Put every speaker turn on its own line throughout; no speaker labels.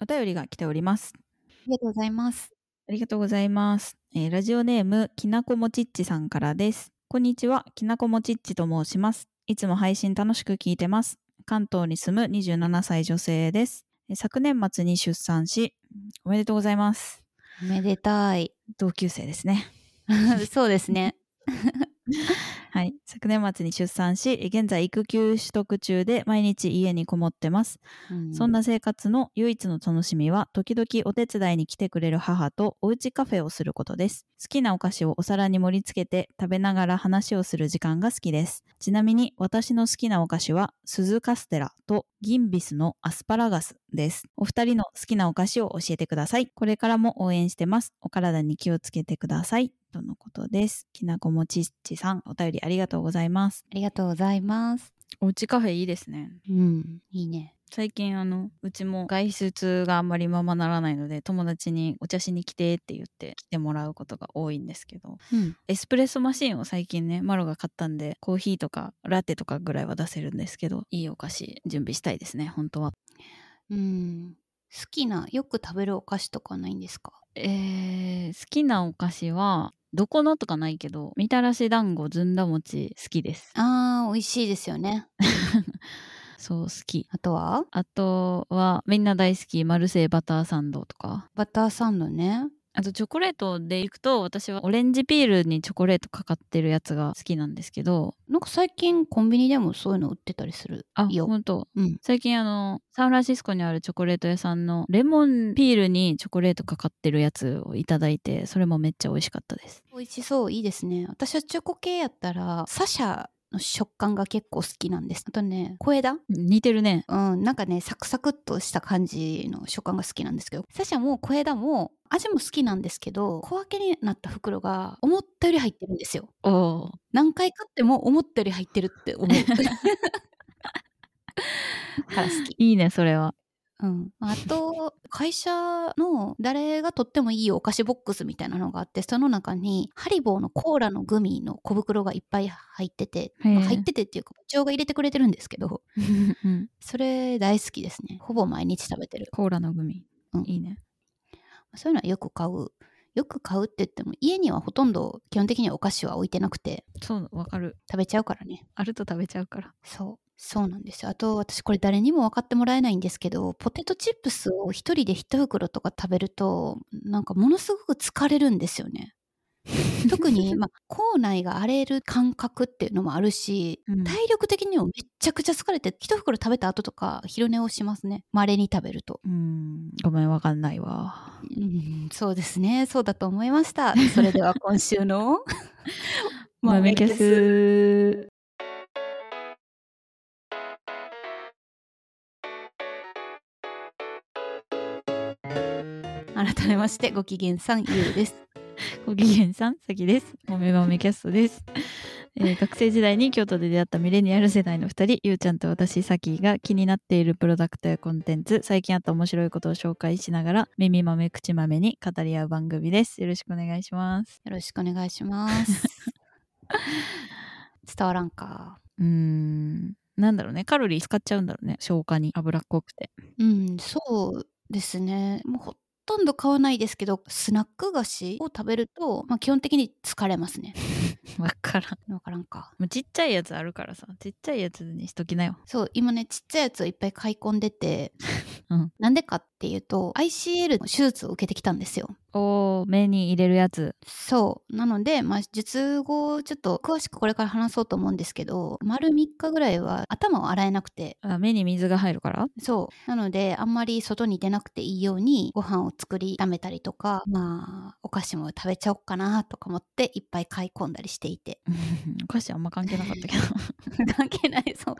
お便りが来ております。
りがとうございます。
ありがとうございます。えーラジオネーム、きなこもちっちさんからです。こんにちは、きなこもちっちと申します。いつも配信楽しく聞いてます。関東に住む27歳女性です。えー昨年末に出産し、おめでとうございます。
おめでたい。
同級生ですね。
そうですね。
はい、昨年末に出産し、現在育休取得中で毎日家にこもってます。そん
な。
な生活の唯一の楽しみは、時々お手伝いに来てくれる母とおうちカフェをすることです。好きなお菓子をお皿に盛り付けて食べながら話をする時間が好きです。ちなみに私の好きなお菓子は、鈴カステラとギンビスのアスパラガスです。お二人の好きなお菓子を教えてください。これからも応援してます。お体に気をつけてください。とのことです。きなこもちっちさん、お便りありがとうございます。
ありがとうございます。
おうちカフェいいですね。
うん。いいね。
最近あのうちも外出があんまりままならないので友達にお茶しに来てって言って来てもらうことが多いんですけど
うん。
エスプレッソマシンを最近ねマロが買ったんでコーヒーとかラテとかぐらいは出せるんですけどいいお菓子準備したいですね本当は
うん。好きな、よく食べるお菓子とかないんですか
えー、好きなお菓子はどこのとかないけどみたらし団子ずんだ餅好きです
あー、美味しいですよね。
そう好き
あとは
あとはみんな大好きマルセイバターサンドとか
バターサンドね。
あとチョコレートでいくと私はオレンジピールにチョコレートかかってるやつが好きなんですけど
なんか最近コンビニでもそういうの売ってたりする
あ
よ。
本当
うん。
最近あのサンフランシスコにあるチョコレート屋さんのレモンピールにチョコレートかかってるやつをいただいてそれもめっちゃ美味しかったです
美味しそう、いいですね。私はチョコ系やったら、サシャの食感が結構好きなんです。あとね、小枝
似てるね
うん、なんかねサクサクっとした感じの食感が好きなんですけどサシャも小枝も味も好きなんですけど小分けになった袋が思ったより入ってるんですよ
おお
何回買っても思ったより入ってるって思うから好き、
いいねそれは
うん、あと会社の誰がとってもいいお菓子ボックスみたいなのがあってその中にハリボーのコーラのグミの小袋がいっぱい入ってて、
へえ
まあ入っててっていうか部長が入れてくれてるんですけど
うん
それ大好きですねほぼ毎日食べてる
コーラのグミ、
うん
いいね
そういうのはよく買う。よく買うって言っても、家にはほとんど基本的にはお菓子は置いてなくて、
そうわかる
食べちゃうからね。
あると食べちゃうから
そう。そうなんですよ。あと、私これ誰にも分かってもらえないんですけど、ポテトチップスを一人で一袋とか食べると、なんかものすごく疲れるんですよ ね。特に、まあ、口内が荒れる感覚っていうのもあるし、
うん
体力的にもめっちゃくちゃ疲れて、一袋食べた後とか昼寝をしますね。稀に食べると。
うんごめんわかんないわ
うんそうですね。そうだと思いました。それでは今週の
豆キャス
改めましてご機嫌さんゆうです。
ご機嫌さん、さきです。もめばめキャストです、えー学生時代に京都で出会ったミレニアル世代の2人、ゆうちゃんと私、さきが気になっているプロダクトやコンテンツ、最近あった面白いことを紹介しながら、耳豆、口豆に語り合う番組です。よろしくお願いします。
よろしくお願いします。 伝わらんか。
うーん、なんだろうね、カロリー使っちゃうんだろうね、消化に脂っこくて。
うん、そうですね。もうほとんど買わないですけど、スナック菓子を食べると、まあ、基本的に疲れますね。
わからん。
わからんか。
もうちっちゃいやつあるからさ、ちっちゃいやつにしときなよ。
そう今ねちっちゃいやつをいっぱい買い込んでて、
うん
なんでかっていうと ICL の手術を受けてきたんですよ
おー、目に入れるやつ。
そう。なので、まあ、術後、ちょっと詳しくこれから話そうと思うんですけど、丸3日ぐらいは頭を洗えなくて、
あ目に水が入るから
そう。なので、あんまり外に出なくていいように、ご飯を作り、炒めたりとか、まあ、お菓子も食べちゃおっかなとか思って、いっぱい買い込んだりしていて。
お菓子あんま関係なかったけど。
関係ない、そう。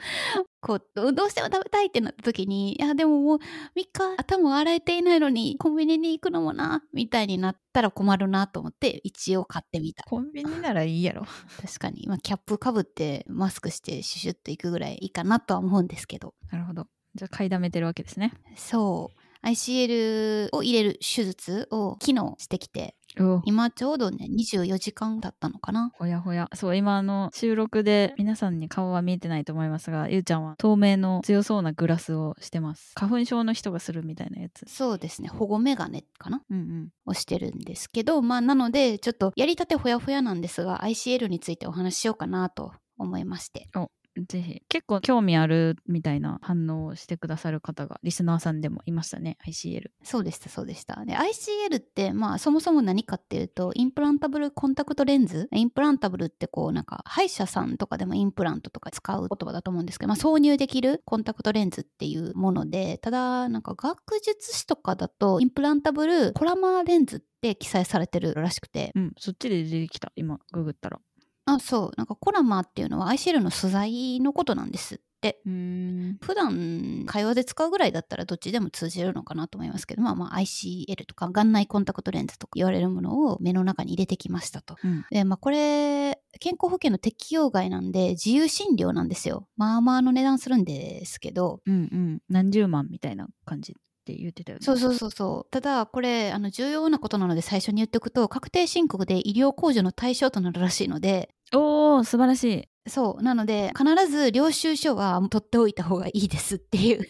こう、どどうしても食べたいってなった時に、いや、でももう3日頭を洗えていないのに、コンビニに行くのもな、みたいになったら困るなと思って、一応買ってみた。
コンビニならいいや ろ。
確かに、まあ、キャップかぶってマスクしてシュシュッといくぐらいいいかなとは思うんですけど
なるほど。じゃあ買いだめてるわけですね。
そう ICL を入れる手術を機能してきて
お
今ちょうどね24時間だったのかな
ほやほやそう今あの収録で皆さんに顔は見えてないと思いますがゆうちゃんは透明の強そうなグラスをしてます花粉症の人がするみたいなやつ
そうですね保護メガネかな
うんうん
をしてるんですけどまあなのでちょっとやりたてほやほやなんですが ICL についてお話ししようかなと思いまして
ぜひ結構興味あるみたいな反応をしてくださる方がリスナーさんでもいましたね ICL
そうでしたそうでしたで ICL ってまあそもそも何かっていうとインプランタブルコンタクトレンズインプランタブルってこうなんか歯医者さんとかでもインプラントとか使う言葉だと思うんですけど、まあ、挿入できるコンタクトレンズっていうものでただなんか学術誌とかだとインプランタブルコラマーレンズって記載されてるらしくて
うんそっちで出てきた今ググったら
あそうなんかコラマーっていうのは ICL の素材のことなんですって
うん
普段会話で使うぐらいだったらどっちでも通じるのかなと思いますけど、まあまあ ICL とか眼内コンタクトレンズとか言われるものを目の中に入れてきましたと。
うん
で、まあこれ、健康保険の適用外なんで自由診療なんですよ。まあまあの値段するんですけど、
うんうん何十万みたいな感じって言ってたよね
そうそうそうそう。ただ、これ、あの、重要なことなので最初に言っておくと、確定申告で医療控除の対象となるらしいので、
おお素晴らしい
そう。なので、必ず領収書は取っておいた方がいいですっていう。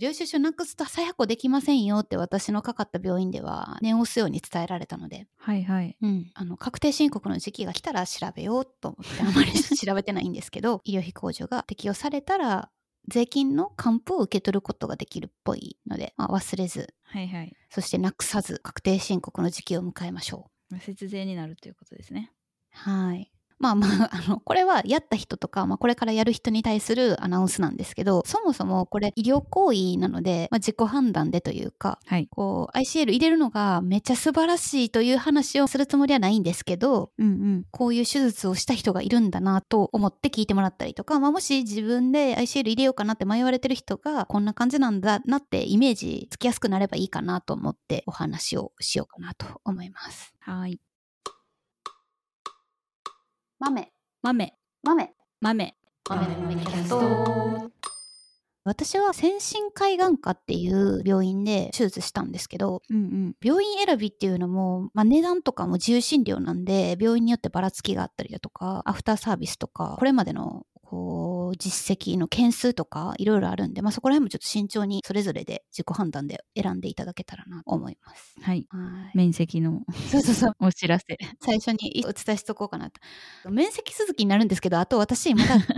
領収書なくすと再発行できませんよって私のかかった病院では念を押すように伝えられたので、
はいはい
うん、あの確定申告の時期が来たら調べようと思ってあまり調べてないんですけど 医療費控除が適用されたら税金の還付を受け取ることができるっぽいので、まあ、忘れず
はいはい
そしてなくさず確定申告の時期を迎えましょう。
節税になるということですね
はい。まあまあ、 あの、これはやった人とか、まあこれからやる人に対するアナウンスなんですけど、そもそもこれ医療行為なので、まあ自己判断でというか、
はい
こう、ICL 入れるのがめっちゃ素晴らしいという話をするつもりはないんですけど、
うんうん
こういう手術をした人がいるんだなと思って聞いてもらったりとか、まあもし自分で ICL 入れようかなって迷われてる人が、こんな感じなんだなってイメージつきやすくなればいいかなと思ってお話をしようかなと思います。
はい
豆、
豆
豆。
豆
私は先進海眼科っていう病院で手術したんですけど
うんうん
病院選びっていうのも、まあ、値段とかも自由診療なんで病院によってばらつきがあったりだとかアフターサービスとかこれまでのこう実績の件数とかいろいろあるんで、まあ、そこら辺もちょっと慎重にそれぞれで自己判断で選んでいただけたらなと思います。
はい
はい、
面積 の
そうそうそう
お知らせ
最初にお伝えしとこうかなと面積続きになるんですけどあと私まだ昨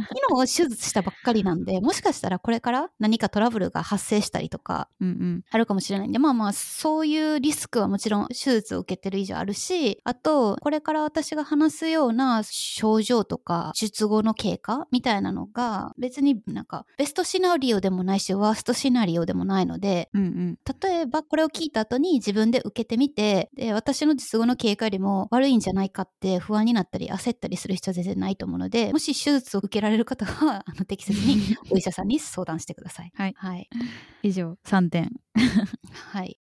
日手術したばっかりなんでもしかしたらこれから何かトラブルが発生したりとか
うんうん
あるかもしれないんでまあまあそういうリスクはもちろん手術を受けてる以上あるしあとこれから私が話すような症状とか術後の経過みたいなのが別になんかベストシナリオでもないしワーストシナリオでもないので
うんうん
例えばこれを聞いた後に自分で受けてみてで私の術後の経過よりも悪いんじゃないかって不安になったり焦ったりする人は全然ないと思うのでもし手術を受けられる方は あの適切 にお医者さんに相談してください。
はい
はい、
以上三点
はい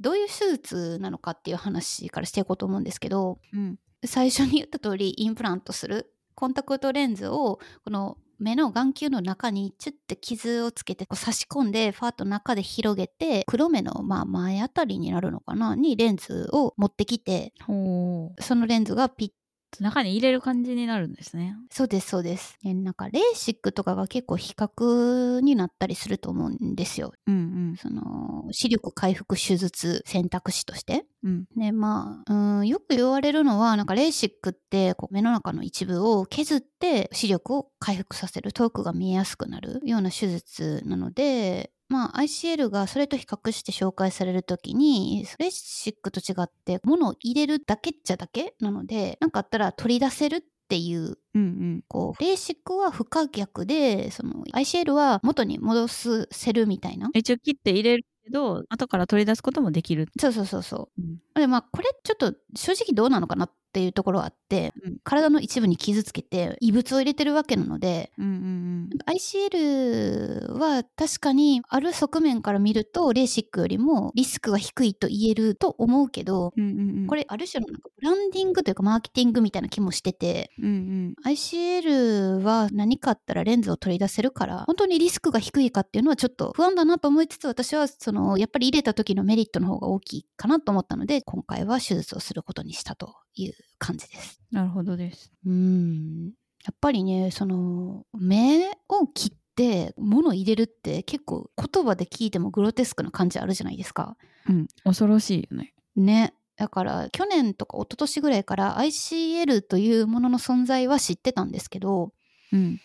どういう手術なのかっていう話からしていこうと思うんですけど
うん
最初に言った通りインプラントするコンタクトレンズをこの目の眼球の中にチュッて傷をつけてこう差し込んでファーッと中で広げて黒目のまあ前あたりになるのかなにレンズを持ってきて
ほ
そのレンズがピッ
う中に入れる感じになるんですね
そうですそうです、ね、なんかレーシックとかが結構比較になったりすると思うんですよ
うん
その視力回復手術選択肢として
うんうん
でまあうんよく言われるのはなんかレーシックってこう目の中の一部を削って視力を回復させる遠くが見えやすくなるような手術なので。まあ、ICL がそれと比較して紹介される時にレーシックと違って物を入れるだけっちゃだけなので何かあったら取り出せるっていう
うんうん
こうレーシックは不可逆でその ICL は元に戻すせるみたいな
一応切って入れるけど後から取り出すこともできる
そうそうそうそう。
うん
でまあこれちょっと正直どうなのかなってっていうところはあって、
うん
体の一部に傷つけて異物を入れてるわけなので
うんうん
なんか ICL は確かにある側面から見るとレーシックよりもリスクが低いと言えると思うけど
うんうんうんうん
これある種のなんかブランディングというかマーケティングみたいな気もしてて
うんうん
ICL は何かあったらレンズを取り出せるから本当にリスクが低いかっていうのはちょっと不安だなと思いつつ私はそのやっぱり入れた時のメリットの方が大きいかなと思ったので今回は手術をすることにしたという感じです。
なるほどです
うんやっぱりねその目を切って物を入れるって結構言葉で聞いてもグロテスクな感じあるじゃないですか。
うん恐ろしいよね
ねだから去年とか一昨年ぐらいから ICL というものの存在は知ってたんですけど、
うん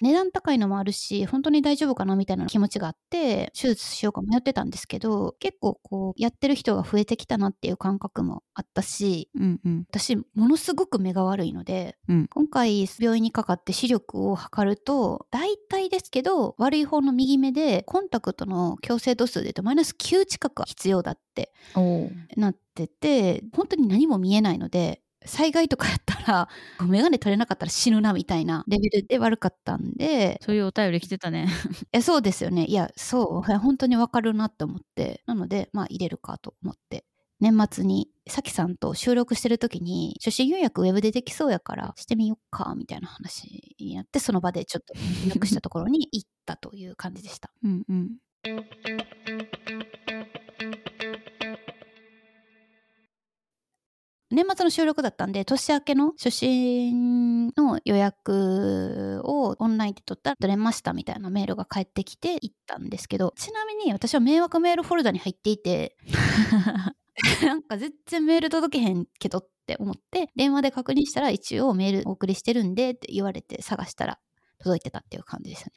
値段高いのもあるし本当に大丈夫かなみたいな気持ちがあって手術しようか迷ってたんですけど結構こうやってる人が増えてきたなっていう感覚もあったし
うんうん
私ものすごく目が悪いので、
うん
今回病院にかかって視力を測ると大体ですけど悪い方の右目でコンタクトの強制度数で言うとマイナス9近くは必要だって
おお
なってて本当に何も見えないので災害とかやったら眼鏡取れなかったら死ぬなみたいなレベルで悪かったんで
そういうお便り来てたね
えそうですよねいやそう はい本当にわかるなって思ってなのでまあ入れるかと思って年末にさきさんと収録してる時に初心予約ウェブでできそうやからしてみよっかみたいな話になってその場でちょっと予約したところに行ったという感じでした
うんうん
年末の収録だったんで年明けの初診の予約をオンラインで取ったら取れましたみたいなメールが返ってきて行ったんですけどちなみに私は迷惑メールフォルダに入っていてなんか全然メール届けへんけどって思って電話で確認したら一応メールお送りしてるんでって言われて探したら届いてたっていう感じですね。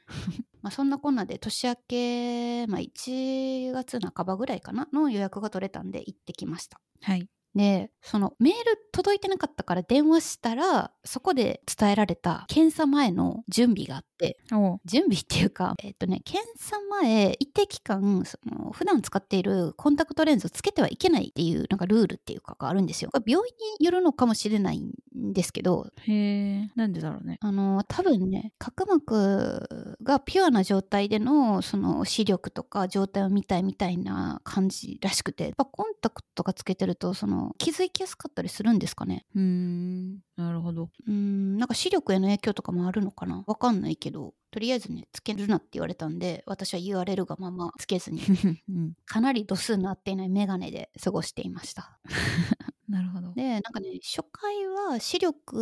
まあそんなこんなで年明け、まあ、1月半ばぐらいかなの予約が取れたんで行ってきました。
はい
でそのメール届いてなかったから電話したらそこで伝えられた検査前の準備があって
おう
準備っていうかえっ、とね検査前一定期間その普段使っているコンタクトレンズをつけてはいけないっていうなんかルールっていうかがあるんですよ。これ病院によるのかもしれないんですけど
へえなんでだろうね
あの多分ね角膜がピュアな状態でのその視力とか状態を見たいみたいな感じらしくてやっぱコンタクトがつけてるとその気づきやすかったりするんですかね
うーんなるほど
うーんなんか視力への影響とかもあるのかなわかんないけどとりあえずねつけるなって言われたんで私は言われるがままつけずに
うん
かなり度数の合っていないメガネで過ごしていました。
なるほど
でなんかね初回は視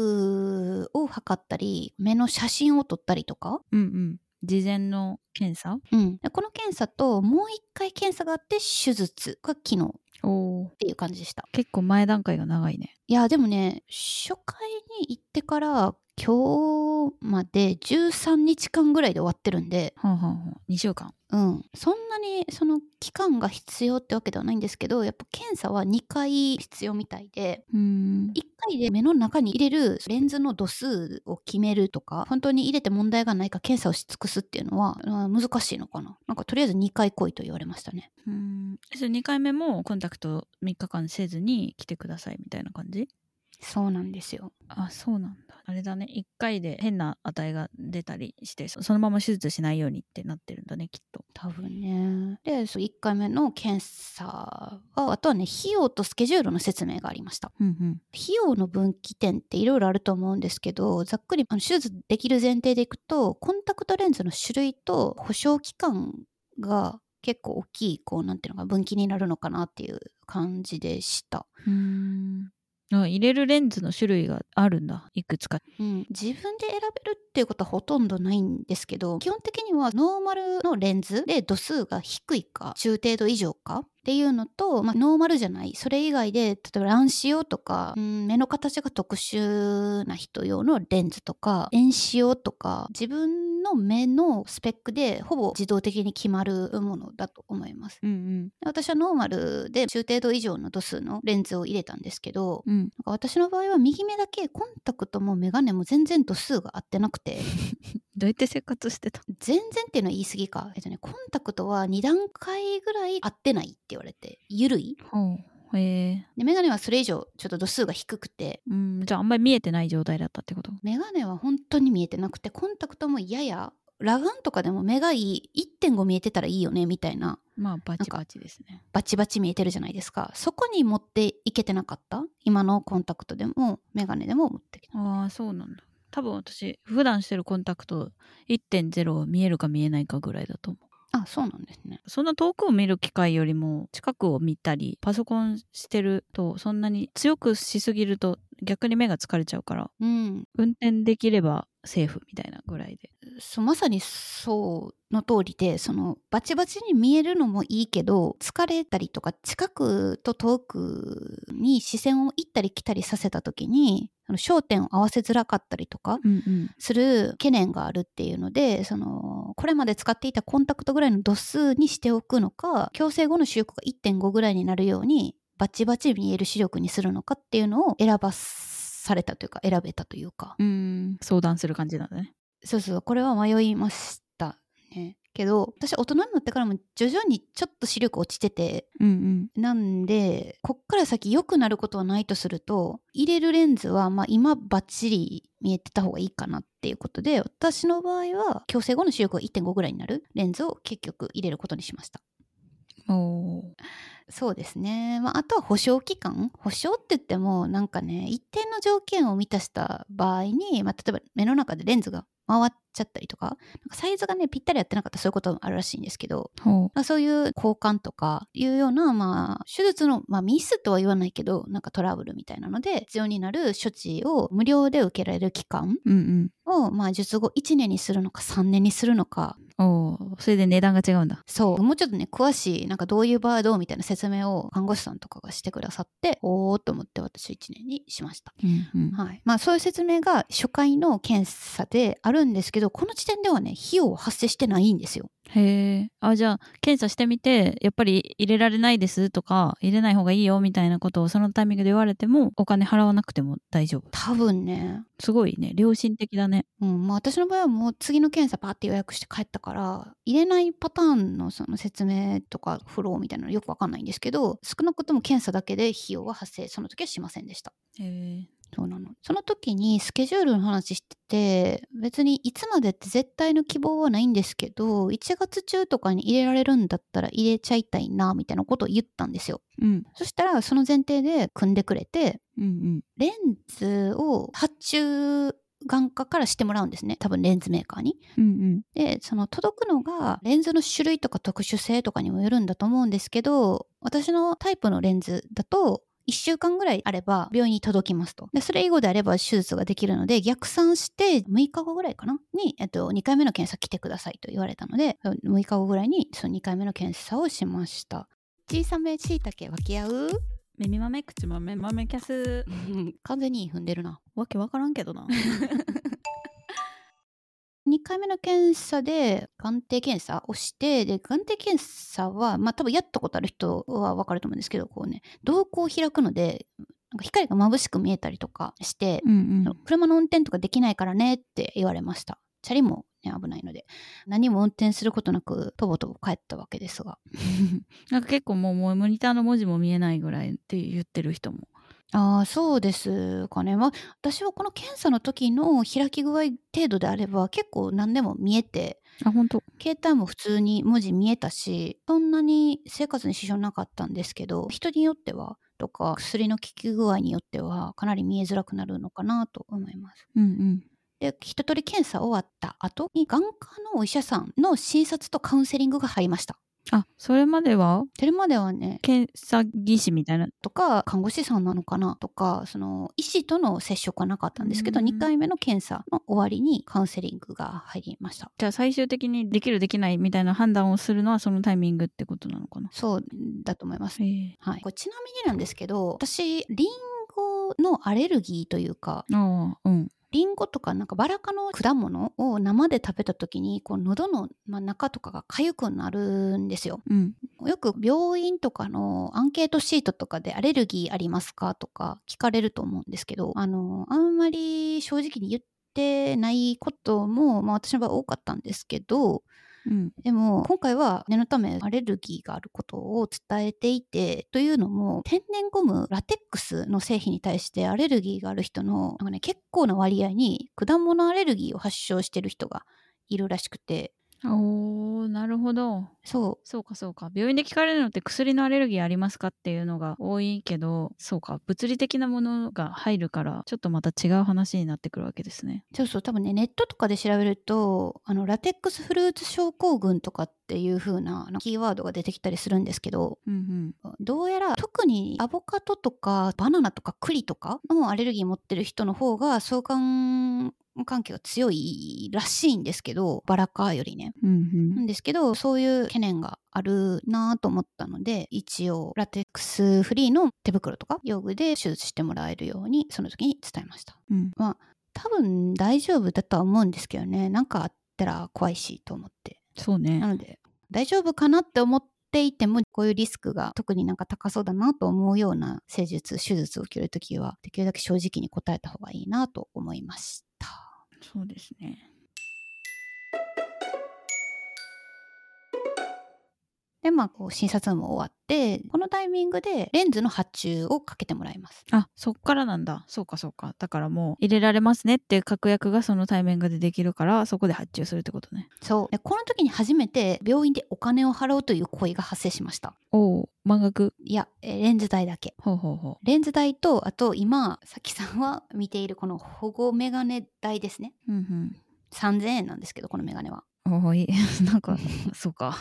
力を測ったり目の写真を撮ったりとか
うんうん事前の検査
うん、でこの検査ともう一回検査があって手術が機能っ
おお
ていう感じでした
結構前段階が長いね
いやでもね初回に行ってから今日まで13日間ぐらいで終わってるんで、
はあ、はあはあ、2週間
うん、そんなにその期間が必要ってわけではないんですけどやっぱ検査は2回必要みたいで
うーん
1回で目の中に入れるレンズの度数を決めるとか本当に入れて問題がないか検査をし尽くすっていうのはうん難しいのかななんかとりあえず2回来いと言われましたね
うーんそれ2回目もコンタクト3日間せずに来てくださいみたいな感じ
そうなんですよ
あそうなんだあれだね1回で変な値が出たりしてそそのまま手術しないようにってなってるんだねきっと
多分ねでそう1回目の検査はあとはね費用とスケジュールの説明がありました
うんうん
費用の分岐点っていろいろあると思うんですけどざっくりあの手術できる前提でいくとコンタクトレンズの種類と保証期間が結構大きいこうなんていうのか分岐になるのかなっていう感じでした、
あ入れるレンズの種類があるんだいくつか
うん、自分で選べるっていうことはほとんどないんですけど基本的にはノーマルのレンズで度数が低いか中程度以上かっていうのと、まあ、ノーマルじゃないそれ以外で例えば乱視用とか、うん目の形が特殊な人用のレンズとか遠視用とか自分の目のスペックでほぼ自動的に決まるものだと思います
うん
で私はノーマルで中程度以上の度数のレンズを入れたんですけど
うんうん
なんか私の場合は右目だけコンタクトも眼鏡も全然度数が合ってなくて
どうやって生活してた
全然っていうのは言い過ぎか、えっとね、コンタクトは2段階ぐらい合ってないって言われて緩い
ほうへえ
でメガネはそれ以上ちょっと度数が低くて
うん、じゃああんまり見えてない状態だったってこと
メガネは本当に見えてなくてコンタクトもやや裸眼とかでも目がいい1.5見えてたらいいよねみたいな
まあバ
か
チバチですね
バチバチ見えてるじゃないですかそこに持っていけてなかった今のコンタクトでもメガネでも持ってきた
ああそうなんだ多分私普段してるコンタクト1.0見えるか見えないかぐらいだと思
あそうなんですね
うそんな遠くを見る機会よりも近くを見たりパソコンしてるとそんなに強くしすぎると逆に目が疲れちゃうから
うん
運転できればセーフみたいなぐらいで
そうまさにそうの通りでそのバチバチに見えるのもいいけど疲れたりとか近くと遠くに視線を行ったり来たりさせた時にその焦点を合わせづらかったりとか
うんうん
する懸念があるっていうのでそのこれまで使っていたコンタクトぐらいの度数にしておくのか矯正後の視力が1.5ぐらいになるようにバチバチ見える視力にするのかっていうのを選ばされたというか選べたというか
うん相談する感じなんだね
そうそうこれは迷いましたねけど私大人になってからも徐々にちょっと視力落ちてて
うんうん
なんでこっから先良くなることはないとすると入れるレンズはまあ今バッチリ見えてた方がいいかなっていうことで私の場合は矯正後の視力が1.5ぐらいになるレンズを結局入れることにしました
おー
そうですね、まあ、あとは保証期間保証って言ってもなんかね一定の条件を満たした場合に、まあ、例えば目の中でレンズが回っちゃったりとかなんかサイズがねぴったり合ってなかったらそういうこともあるらしいんですけど
ほう
まあそういう交換とかいうような、まあ、手術の、まあ、ミスとは言わないけどなんかトラブルみたいなので必要になる処置を無料で受けられる期間
うん
を、まあ、術後1年にするのか3年にするのか
うんおーそれで値段が違うんだ
そうもうちょっとね詳しいなんかどういう場合どうみたいな説明を看護師さんとかがしてくださっておおと思って私1年にしました。
うんうん
はいまあ、そういう説明が初回の検査であるんですけどこの時点ではね費用は発生してないんですよ。
へえ。あ、じゃあ、検査してみて、やっぱり入れられないですとか、入れない方がいいよみたいなことをそのタイミングで言われても、お金払わなくても大丈夫。
多分ね
すごいね。良心的だね。
うんまあ、私の場合はもう次の検査パーって予約して帰ったから入れないパターンのその説明とかフローみたいなのよくわかんないんですけど少なくとも検査だけで費用は発生その時はしませんでした。
へえ。
そうなのその時にスケジュールの話してて別にいつまでって絶対の希望はないんですけど1月中とかに入れられるんだったら入れちゃいたいなみたいなことを言ったんですよ。
うん。
そしたらその前提で組んでくれて
うんうん。
レンズを発注眼科からしてもらうんですね多分レンズメーカーに。
うんうん。
でその届くのがレンズの種類とか特殊性とかにもよるんだと思うんですけど私のタイプのレンズだと1週間ぐらいあれば病院に届きますとでそれ以後であれば手術ができるので逆算して6日後ぐらいかなに、えっと、2回目の検査来てくださいと言われたので6日後ぐらいにその2回目の検査をしました小さめしいたけ分け合う
耳豆、口豆、豆キャス。
完全に踏んでるな
わけわからんけどな。
2回目の検査で眼底検査をしてで眼底検査はまあ多分やったことある人は分かると思うんですけどこうね瞳孔を開くのでなんか光が眩しく見えたりとかして、
うんうん
あの。車の運転とかできないからねって言われましたチャリも、ね、危ないので何も運転することなくとぼとぼ帰ったわけですが
なんか結構もうもうモニターの文字も見えないぐらいって言ってる人も。
ああそうですかね、まあ、私はこの検査の時の開き具合程度であれば結構何でも見えて
あ、本当。
携帯も普通に文字見えたしそんなに生活に支障なかったんですけど人によってはとか薬の効き具合によってはかなり見えづらくなるのかなと思います。
うんうん。
で一通り検査終わった後に眼科のお医者さんの診察とカウンセリングが入りました。
あ、それまでは
それまではね
検査技師みたいな。
とか看護師さんなのかなとかその医師との接触はなかったんですけど
うん
2回目の検査の終わりにカウンセリングが入りました。
じゃあ最終的にできるできないみたいな判断をするのはそのタイミングってことなのかな。
そうだと思います。
へえ。
はい、これちなみになんですけど私リンゴのアレルギーというか
ああ、うん。
リンゴとかなんかバラ科の果物を生で食べた時にこう喉のまあ中とかが痒くなるんですよ。
うん。
よく病院とかのアンケートシートとかでアレルギーありますかとか聞かれると思うんですけどあのあんまり正直に言ってないことも、まあ、私の場合多かったんですけど
うん
でも今回は念のためアレルギーがあることを伝えていてというのも天然ゴムラテックスの製品に対してアレルギーがある人のなんか、ね、結構な割合に果物アレルギーを発症してる人がいるらしくて
おーなるほど
そ
そうかそうか病院で聞かれるのって薬のアレルギーありますかっていうのが多いけどそうか物理的なものが入るからちょっとまた違う話になってくるわけですね
うそうそう多分ねネットとかで調べるとあのラテックスフルーツ症候群とかっていう風ななキーワードが出てきたりするんですけど
うん
どうやら特にアボカドとかバナナとか栗とかのアレルギー持ってる人の方が相関関係が強いらしいんですけどバラ科よりね。
うんうんう
なんんですけどそういう懸念があるなぁと思ったので一応ラテックスフリーの手袋とか用具で手術してもらえるようにその時に伝えました
うん
多分大丈夫だとは思うんですけどねなんかあったら怖いしと思って
そう
な
ね
ので大丈夫かなって思っていてもこういうリスクが特になんか高そうだなと思うような施術手術を受けるときはできるだけ正直に答えた方がいいなと思いました
そうですね
でまあこう診察も終わってこのタイミングでレンズの発注をかけてもらいます
あそっからなんだそうかそうかだからもう入れられますねっていう確約がそのタイミングでできるからそこで発注するってことね
そうでこの時に初めて病院でお金を払うという行為が発生しました
おお満額
いやえーレンズ代だけ
ほうほうほ
レンズ代とあと今さきさんは見ているこの保護メガネ代ですね
ううん
3000円なんですけどこのメガネは
うんおい なんかそうか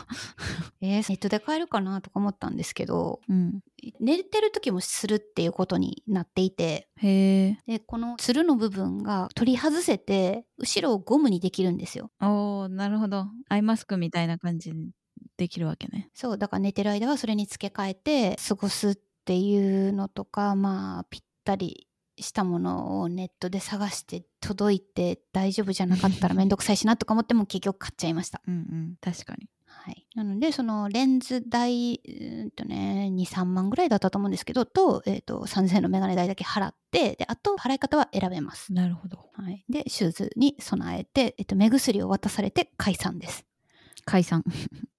えーネットで買えるかなとか思ったんですけど
うん
寝てる時もするっていうことになっていて
へえ
でこのつるの部分が取り外せて後ろをゴムにできるんですよ
おおなるほどアイマスクみたいな感じにできるわけね
そうだから寝てる間はそれに付け替えて過ごすっていうのとかまあぴったりしたものをネットで探して届いて大丈夫じゃなかったら面倒くさいしなとか思っても結局買っちゃいました。
うんうん確かに
はい、なのでそのレンズ代、うーんとね、23万ぐらいだったと思うんですけどと,、えー、と3,000円のメガネ代だけ払ってであと払い方は選べます。
なるほど
はい、で手術に備えて、えっと目薬を渡されて解散です。
解散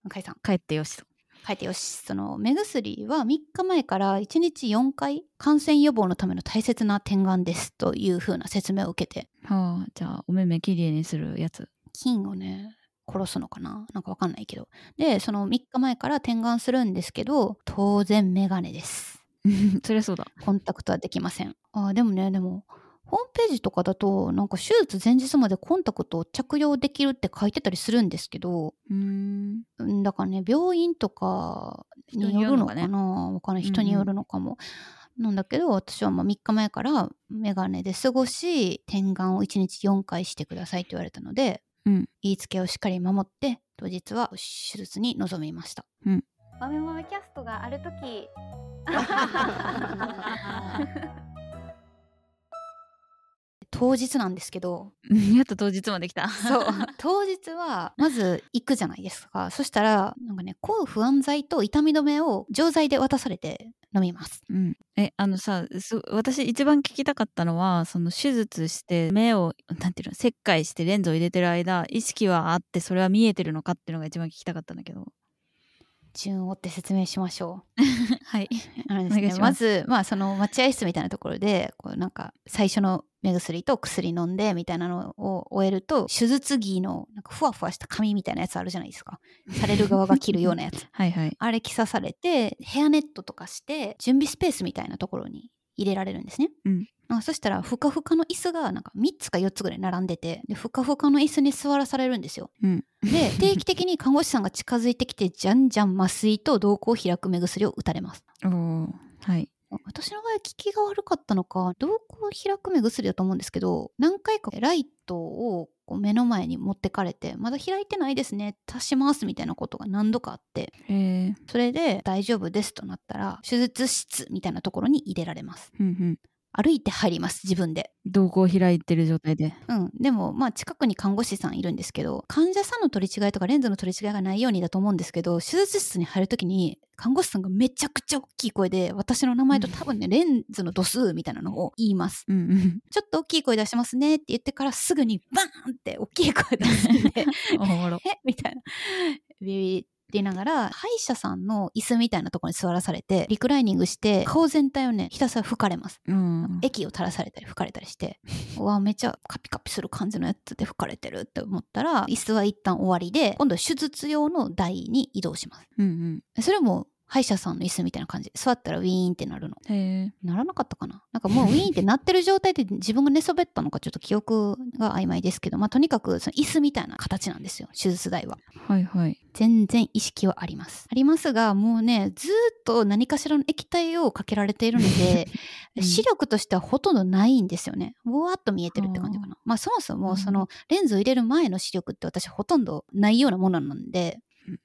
解散
帰ってよしと
書いてよしその目薬は3日前から1日4回感染予防のための大切な点眼ですというふうな説明を受けて
はあじゃあお目目きれいにするやつ
菌をね殺すのかななんかわかんないけどでその3日前から点眼するんですけど当然メガネです
そりゃそうだ
コンタクトはできませんあーでもねでもホームページとかだとなんか手術前日までコンタクトを着用できるって書いてたりするんですけど
うーん
うんだからね病院とかによるの
人
か
による
なわかんない
うんうん
人によるのかも、なんだけど私はまあ3日前から眼鏡で過ごし点眼を1日4回してくださいと言われたので、
うん
言いつけをしっかり守って当日は手術に臨みました
うん
マメマメキャストがある時 当日なんですけど
うんやっと当日まで来た
そう 当日はまず行くじゃないですかそしたらなんかね抗不安剤と痛み止めを錠剤で渡されて飲みます
うん、えあのさす私一番聞きたかったのはその手術して目をなんていうの切開してレンズを入れてる間意識はあってそれは見えてるのかっていうのが一番聞きたかったんだけど
順を追って説明しましょ
はい、
うあのです、
お願い
ね、
し
ま
ま
ずまあその待合室みたいなところでこうなんか最初の目薬と薬飲んでみたいなのを終えると手術着のなんかふわふわした紙みたいなやつあるじゃないですかされる側が着るようなやつ
はいはい
あれ着さされてヘアネットとかして準備スペースみたいなところに入れられるんですね、
うん
なんかそしたらふかふかの椅子がなんか3つか4つぐらい並んでてでふかふかの椅子に座らされるんですよ
うん
で定期的に看護師さんが近づいてきてじゃんじゃん麻酔と瞳孔を開く目薬を打たれます
おーはい
私の場合は効きが悪かったのか瞳孔を開く目薬だと思うんですけど何回かライトをこう目の前に持ってかれてまだ開いてないですね足しますみたいなことが何度かあって
えー、
それで大丈夫ですとなったら手術室みたいなところに入れられます
うん
歩いて入ります自分で。
瞳孔開いてる状態で。
うん、でもまあ近くに看護師さんいるんですけど患者さんの取り違いとかレンズの取り違いがないようにだと思うんですけど手術室に入る時に看護師さんがめちゃくちゃ大きい声で私の名前と多分ね、レンズの度数みたいなのを言います
うんうん。
ちょっと大きい声出しますねって言ってからすぐにバーンって大きい声出すんで
おもろ。
え みたいなビビビって言いながら歯医者さんの椅子みたいなところに座らされてリクライニングして顔全体をねひたすら拭かれます
うん。
液を垂らされたり拭かれたりして うわめっちゃカピカピする感じのやつで拭かれてるって思ったら椅子は一旦終わりで今度は手術用の台に移動します
うん
それも歯医者さんの椅子みたいな感じ座ったらウィーンってなるの
うん。へえ。
ならなかったかななんかも うウィーンってなってる状態で自分が寝そべったのかちょっと記憶が曖昧ですけどまあとにかくその椅子みたいな形なんですよ手術台は
はいはい。
全然意識はあります。ありますがもうねずーっと何かしらの液体をかけられているの で、
うん
視力としてはほとんどないんですよね。ぼわっと見えてるって感じかな。まあそもそもそのレンズを入れる前の視力って私ほとんどないようなものなんで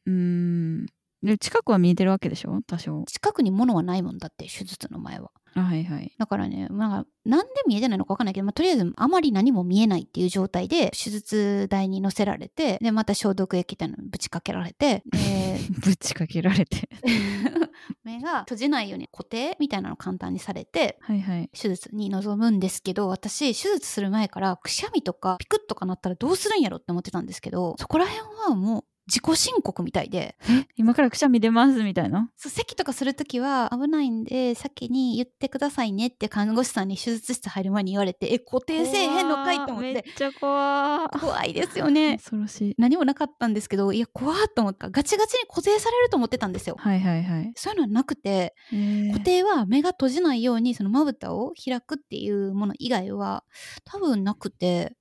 うん。で、近くは見えてるわけでしょ多少。
近くに物はないもんだって手術の前は。
あはいはい。
だからねなんかなんで見えてないのか分かんないけど、まあ、とりあえずあまり何も見えないっていう状態で手術台に乗せられてでまた消毒液みたいなのぶちかけられてで
ぶちかけられて。
目が閉じないように固定みたいなの簡単にされて
はいはい。
手術に臨むんですけど私手術する前からくしゃみとかピクッとかなったらどうするんやろって思ってたんですけどそこら辺はもう自己申告みたいで
今からくしゃみ出ますみたいな。
そう咳とかする時は危ないんで先に言ってくださいねって看護師さんに手術室入る前に言われてえ固定せえへんのかいと思っ
怖ーめってちゃ怖ー。
怖いですよね
恐ろしい。
何もなかったんですけどいや怖っと思ったガチガチに固定されると思ってたんですよ
はいはいはい。
そういうのはなくて
えー
固定は目が閉じないようにそのまぶたを開くっていうもの以外は多分なくて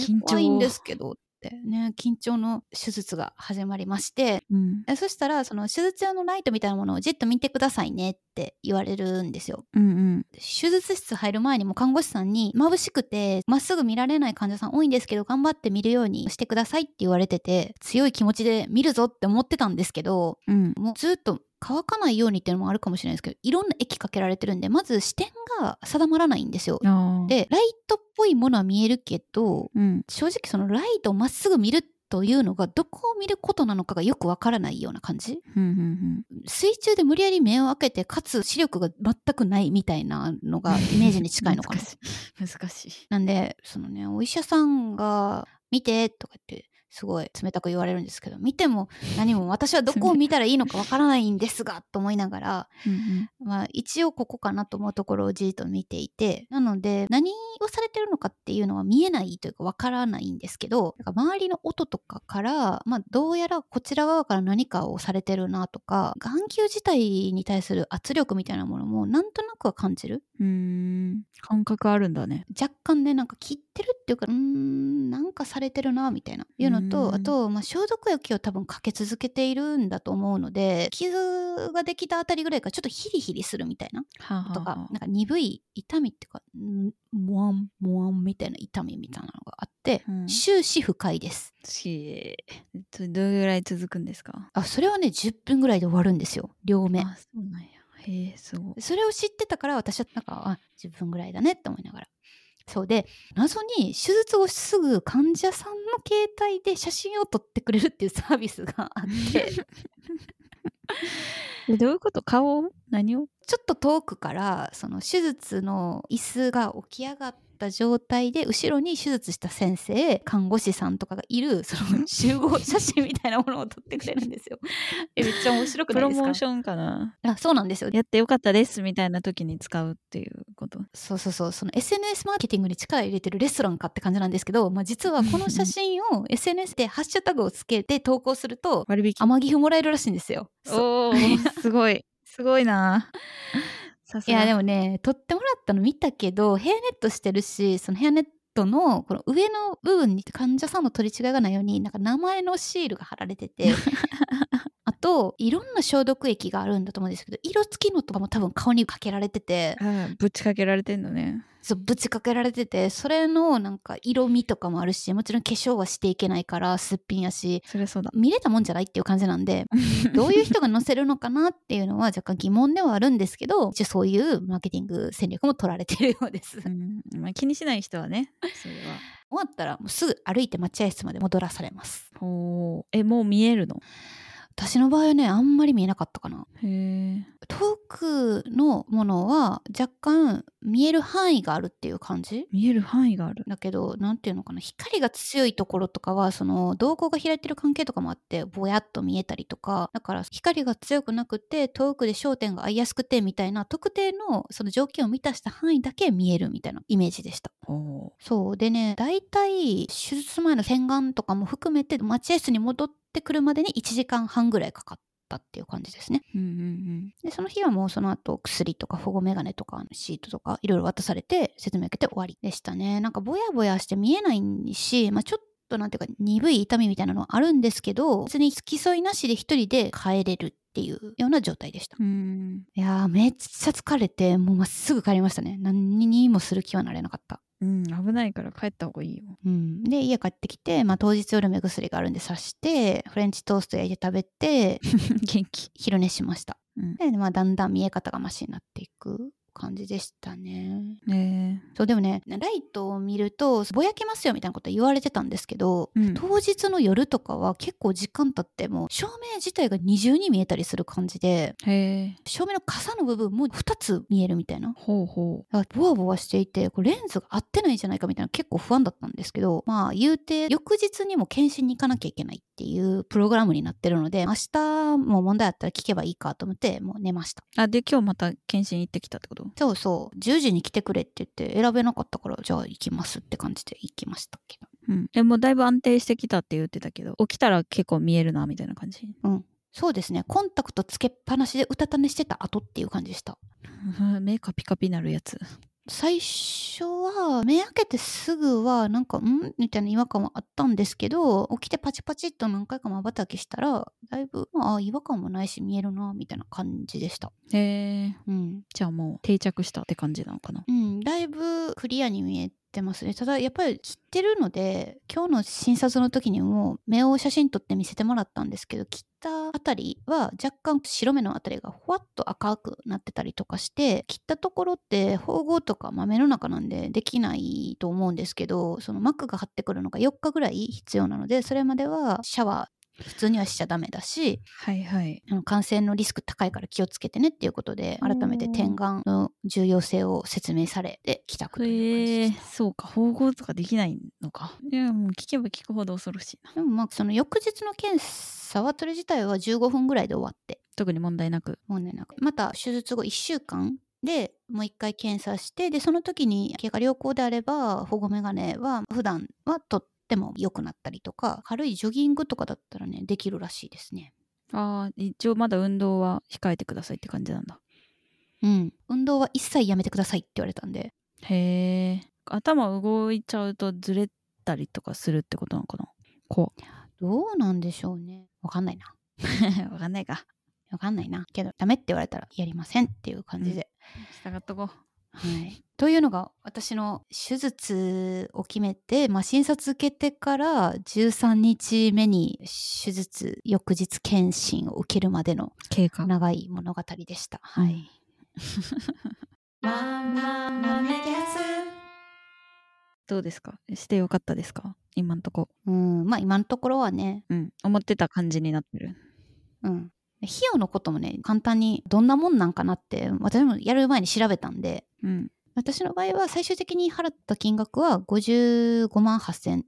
緊張
怖いんですけどってね緊張の手術が始まりまして
うん。
えそしたらその手術用のライトみたいなものをじっと見てくださいねって言われるんですよ
うんうん。
手術室入る前にも看護師さんに眩しくてまっすぐ見られない患者さん多いんですけど頑張って見るようにしてくださいって言われてて強い気持ちで見るぞって思ってたんですけど
うん。
もうずっと乾かないようにっていうのもあるかもしれないですけどいろんな液かけられてるんでまず視点が定まらないんですよ。
あー、
でライトっぽいものは見えるけど
うん。
正直そのライトをまっすぐ見るというのがどこを見ることなのかがよくわからないような感じ
うんうん。
水中で無理やり目を開けてかつ視力が全くないみたいなのがイメージに近いのかな
うん。難しい。
なんでそのねお医者さんが「見て」とかってすごい冷たく言われるんですけど見ても何も私はどこを見たらいいのかわからないんですがと思いながら
うんうん
まあ、一応ここかなと思うところをじーっと見ていてなので何をされてるのかっていうのは見えないというかわからないんですけどなんか周りの音とかから、まあ、どうやらこちら側から何かをされてるなとか眼球自体に対する圧力みたいなものもなんとなくは感じる
うーん。感覚あるんだね。
若干ねなんか切ってるっていうかうーんなんかされてるなみたいないうの
うーん
とあと、まあ、消毒液を多分かけ続けているんだと思うので傷ができたあたりぐらいからちょっとヒリヒリするみたいな。
はあはあ
とか、
はあ
なんか鈍い痛みっていうか、んもわんもわんみたいな痛みみたいなのがあって、
うん
終始不快です。
しどどれぐらい続くんですか
あ、それはね、10分ぐらいで終わるんですよ、両目。
あそうなんやへえすごい
それを知ってたから、私はなんか、あ、10分ぐらいだねって思いながら。そうで、謎に手術後すぐ患者さんの携帯で写真を撮ってくれるっていうサービスがあって、
えどういうこと顔を何を
ちょっと遠くからその手術の椅子が起き上がった状態で後ろに手術した先生看護師さんとかがいるその集合写真みたいなものを撮ってくれるんですよ。 えめっちゃ面白
プ
くない
ロ
ですか
モーションかな
あそうなんですよ。
やってよかったですみたいな時に使うっていうこと
そうそうそうその SNS マーケティングに力入れてるレストランかって感じなんですけど、まあ、実はこの写真を SNS でハッシュタグをつけて投稿すると
割引
天城もらえるらしいんですよ。そう
おー すごいすごいなさす
い
が
やでもね取ってもらったの見たけどヘアネットしてるしそのヘアネットのこの上の部分に患者さんの取り違いがないようになんか名前のシールが貼られててあといろんな消毒液があるんだと思うんですけど色付きのとかも多分顔にかけられてて
あぶちかけられてんのね。
そうぶちかけられててそれのなんか色味とかもあるしもちろん化粧はしていけないからすっぴんやし
それそうだ。
見れたもんじゃないっていう感じなんでどういう人が載せるのかなっていうのは若干疑問ではあるんですけど一応そういうマーケティング戦略も取られてるようです。
う
終
んまあ、気にしない人はね。それ は。
わったらもうすぐ歩いて待合室まで戻らされます。
おーえもう見えるの
私の場合はねあんまり見えなかったかな。
へえ。
遠くのものは若干見える範囲があるっていう感じ
見える範囲がある。
だけどなんていうのかな光が強いところとかはその瞳孔が開いてる関係とかもあってぼやっと見えたりとかだから光が強くなくて遠くで焦点が合いやすくてみたいな特定のその条件を満たした範囲だけ見えるみたいなイメージでした
おー
そうでね大体手術前の洗顔とかも含めて待合室に戻ってくるまでに1時間半ぐらいかかったっていう感じですね
うんうん
でその日はもうその後薬とか保護メガネとかシートとかいろいろ渡されて説明受けて終わりでしたねなんかぼやぼやして見えないし、まあ、ちょっとなんていうか鈍い痛みみたいなのはあるんですけど別に付き添いなしで一人で帰れるっていうような状態でした
うん。うん
いやーめっちゃ疲れてもうまっすぐ帰りましたね何にもする気はなれなかった
うん、危ないから帰った方がいいよ。
うん、で家帰ってきて、まあ、当日夜目薬があるんで刺してフレンチトースト焼いて食べて
元気。
昼寝しました
うん、
で、まあ、だんだん見え方がマシになっていく感じでしたね。
え
そうでもねライトを見るとぼやけますよみたいなこと言われてたんですけど、
うん
当日の夜とかは結構時間経っても照明自体が二重に見えたりする感じで
ー、へえ。
照明の傘の部分も2つ見えるみたいな。
ほうほ
だからボワボワしていてこれレンズが合ってないんじゃないかみたいな結構不安だったんですけどまあ言うて翌日にも検診に行かなきゃいけないっていうプログラムになってるので明日も問題あったら聞けばいいかと思ってもう寝ました。
う。あで今日また検診行ってきたってこと
そうそう10時に来てくれって言って選べなかったからじゃあ行きますって感じで行きましたけど
うん。えもうだいぶ安定してきたって言ってたけど起きたら結構見えるなみたいな感じ。
そうですねコンタクトつけっぱなしでうたた寝してた後っていう感じでした
うん 目カピカピなるやつ。
最初は目開けてすぐはなんかんみたいな違和感はあったんですけど起きてパチパチっと何回かまばたきしたらだいぶまああ違和感もないし見えるなみたいな感じでした
へえ。
うん
じゃあもう定着したって感じなのかな。
うん、だいぶクリアに見えてますね。ただやっぱり切ってるので、今日の診察の時にも目を写真撮って見せてもらったんですけど、切ったあたりは若干白目のあたりがほわっと赤くなってたりとかして、切ったところって縫合とか、まあ、目の中なんでできないと思うんですけど、その膜が張ってくるのが4日ぐらい必要なので、それまではシャワー普通にはしちゃダメだし、
はいはい。
あの感染のリスク高いから気をつけてねっていうことで
うん
改めて点眼の重要性を説明されて帰宅という
へえ
感じでし
そうか縫合とかできないのか。いやもう聞けば聞くほど恐ろしいな。
たでもまあその翌日の検査はそれ自体は15分ぐらいで終わって
特に問題なく。
もうねなんかまた手術後1週間でもう1回検査してでその時に経過良好であれば保護メガネは普段はとっても良くなったりとか軽いジョギングとかだったらねできるらしいですね。
ああ一応まだ運動は控えてくださいって感じなんだ。
うん、運動は一切やめてくださいって言われたんで
へえ頭動いちゃうとずれたりとかするってことなのかなこ
どうなんでしょうねわかんないな
う わかんないか
わかんないな。けど、ダメって言われたらやりませんっていう感じで。
従っとこ
はい。というのが、私の手術を決めて、まあ、診察受けてから13日目に手術翌日検診を受けるまでの
経過
長い物語でした。はい。
どうですかしてよかったですか今んとこ
うん、まあ今のところはね、
うん思ってた感じになってる
うん。費用のこともね、簡単にどんなもんなんかなって、私もやる前に調べたんで、
うん
私の場合は最終的に払った金額は55万8300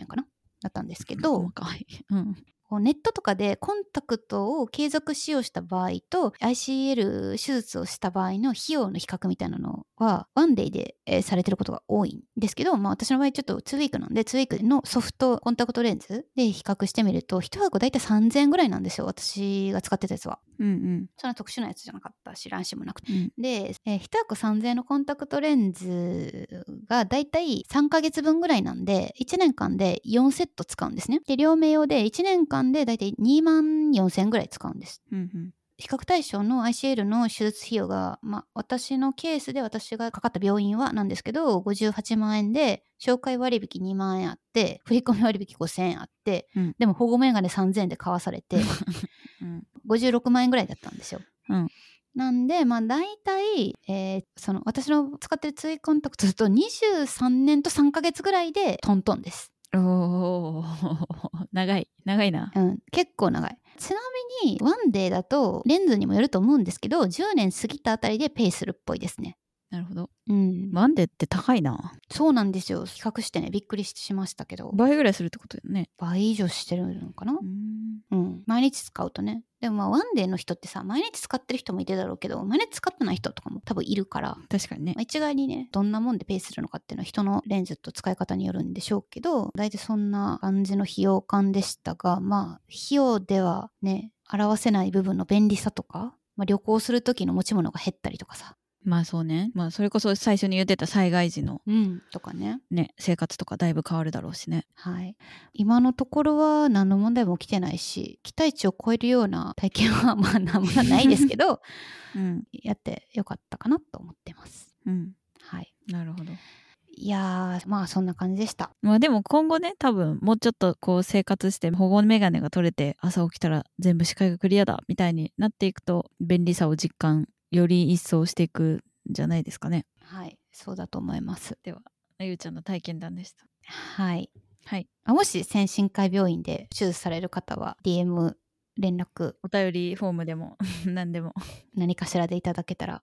円かなだったんですけど、
細かいうん
こうネットとかでコンタクトを継続使用した場合と ICL 手術をした場合の費用の比較みたいなのはワンデイで、えーされてることが多いんですけど、まあ、私の場合ちょっと2ウィークなんで2ウィークのソフトコンタクトレンズで比較してみると1箱大体3000円ぐらいなんですよ私が使ってたやつは。
うん
そんな特殊なやつじゃなかったし乱視もなくて
うん
で、えー、1箱3000円のコンタクトレンズがだいたい3ヶ月分ぐらいなんで1年間で4セット使うんですねで両目用で1年間でだいたい2万4000円ぐらい使うんです
うんうん
比較対象の ICL の手術費用が、まあ、私のケースで私がかかった病院はなんですけど58万円で紹介割引2万円あって振り込み割引5000円あって、
うん
でも保護メガネ3000円で買わされて
うん
56万円ぐらいだったんですよ。
うん
なんでまあ大体、えーその私の使ってる追コンタクトだと23年と3ヶ月ぐらいでトントンです。
おー 長い長いな
うん、結構長い。ちなみにワンデーだとレンズにもよると思うんですけど10年過ぎたあたりでペイするっぽいですね。
なるほど
うん、
ワンデーって高いな
そうなんですよ比較してねびっくりしましたけど
倍ぐらいするってことだよね
倍以上してるのかな、
うん
うん、毎日使うとねでもまあワンデーの人ってさ毎日使ってる人もいるだろうけど毎日使ってない人とかも多分いるから
確かにね
まあ一概にねどんなもんでペイするのかっていうのは人のレンズと使い方によるんでしょうけど大体そんな感じの費用感でしたがまあ費用ではね表せない部分の便利さとか、まあ、旅行する時の持ち物が減ったりとかさ、
まあそうねまあそれこそ最初に言ってた災害時の
うん、とかね
ね生活とかだいぶ変わるだろうしね
はい今のところは何の問題も起きてないし期待値を超えるような体験はまあ何もないですけ ど
うん
やってよかったかなと思ってます。
うん
はい、
なるほど
いやーまあそんな感じでした。
まあでも今後ね多分もうちょっとこう生活して保護メガネが取れて朝起きたら全部視界がクリアだみたいになっていくと便利さを実感より一層していくんじゃないですかね。
はいそうだと思います。
あゆうちゃんの体験談でした。
はい。
はい。
あもし先進科病院で手術される方は DM 連絡
お便りフォームでも 何でも。
何かしらでいただけたら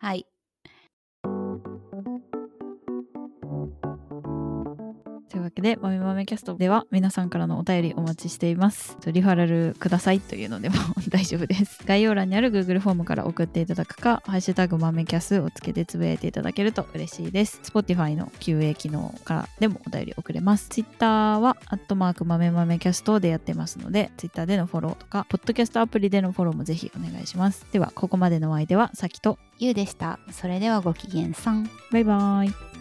はい
というわけで「まめまめキャスト」では皆さんからのお便りお待ちしています。リファラルくださいというのでも大丈夫です。 概要欄にある Google フォームから送っていただくか「ハッシュタグまめキャス」をつけてつぶやいていただけると嬉しいです。Spotify の QA 機能からでもお便り送れます。Twitter は「アットマークまめまめキャスト」でやってますので Twitter でのフォローとかポッドキャストアプリでのフォローもぜひお願いします。ではここまでのお相手はさきと
ゆうでしたそれではごきげんさん
バイバイ。